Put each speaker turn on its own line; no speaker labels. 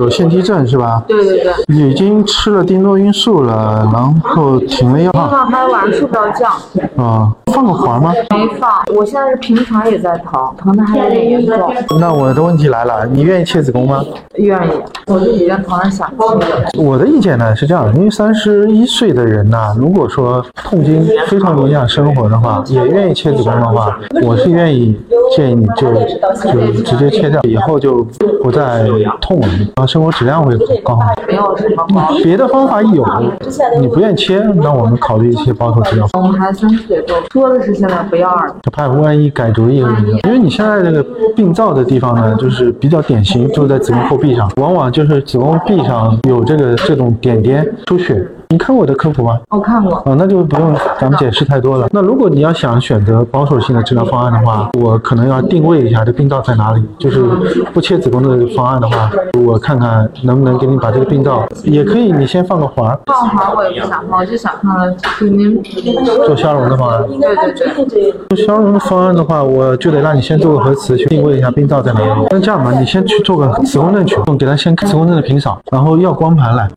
有腺肌症是吧？
对对对，
已经吃了丁诺因素了，然后停了药
要
啊、
要拍完睡不着觉，
放个环吗？
没放。我现在是平常也在疼，疼的还有点严重。
那我的问题来了，你愿意切子宫吗？
愿意，我就已经疼的想哭了。
我的意见呢是这样，因为三十一岁的人呐、如果说痛经非常影响生活的话，也愿意切子宫的话，我是愿意建议你就就直接切掉，以后就不再痛了，然后生活质量会更好。
没有什么毛病。
别的方法有，你不愿意切，那我们考虑一些保守治疗。
我们还三十岁多，说的是现在不要了。
就怕万一改主意了呢，啊因为你现在这个病灶的地方呢，就是比较典型，就在子宫后壁上，往往就是子宫壁上有这个这种点点出血。你看我的科普吗？
我看过，
啊、那就不用咱们解释太多了。那如果你要想选择保守性的治疗方案的话，我可能要定位一下这病灶在哪里。就是不切子宫的方案的话，我看看能不能给你把这个病灶，也可以你先放个环儿，
放环我也不想放，我就想看看给您。
做消融的方案。
对对对，
做消融的方案的话，我就得让你先做个核磁去定位一下病灶在哪里。那这样吧，你先去做个子宫内取动，给他先子宫内的平扫，然后要光盘来。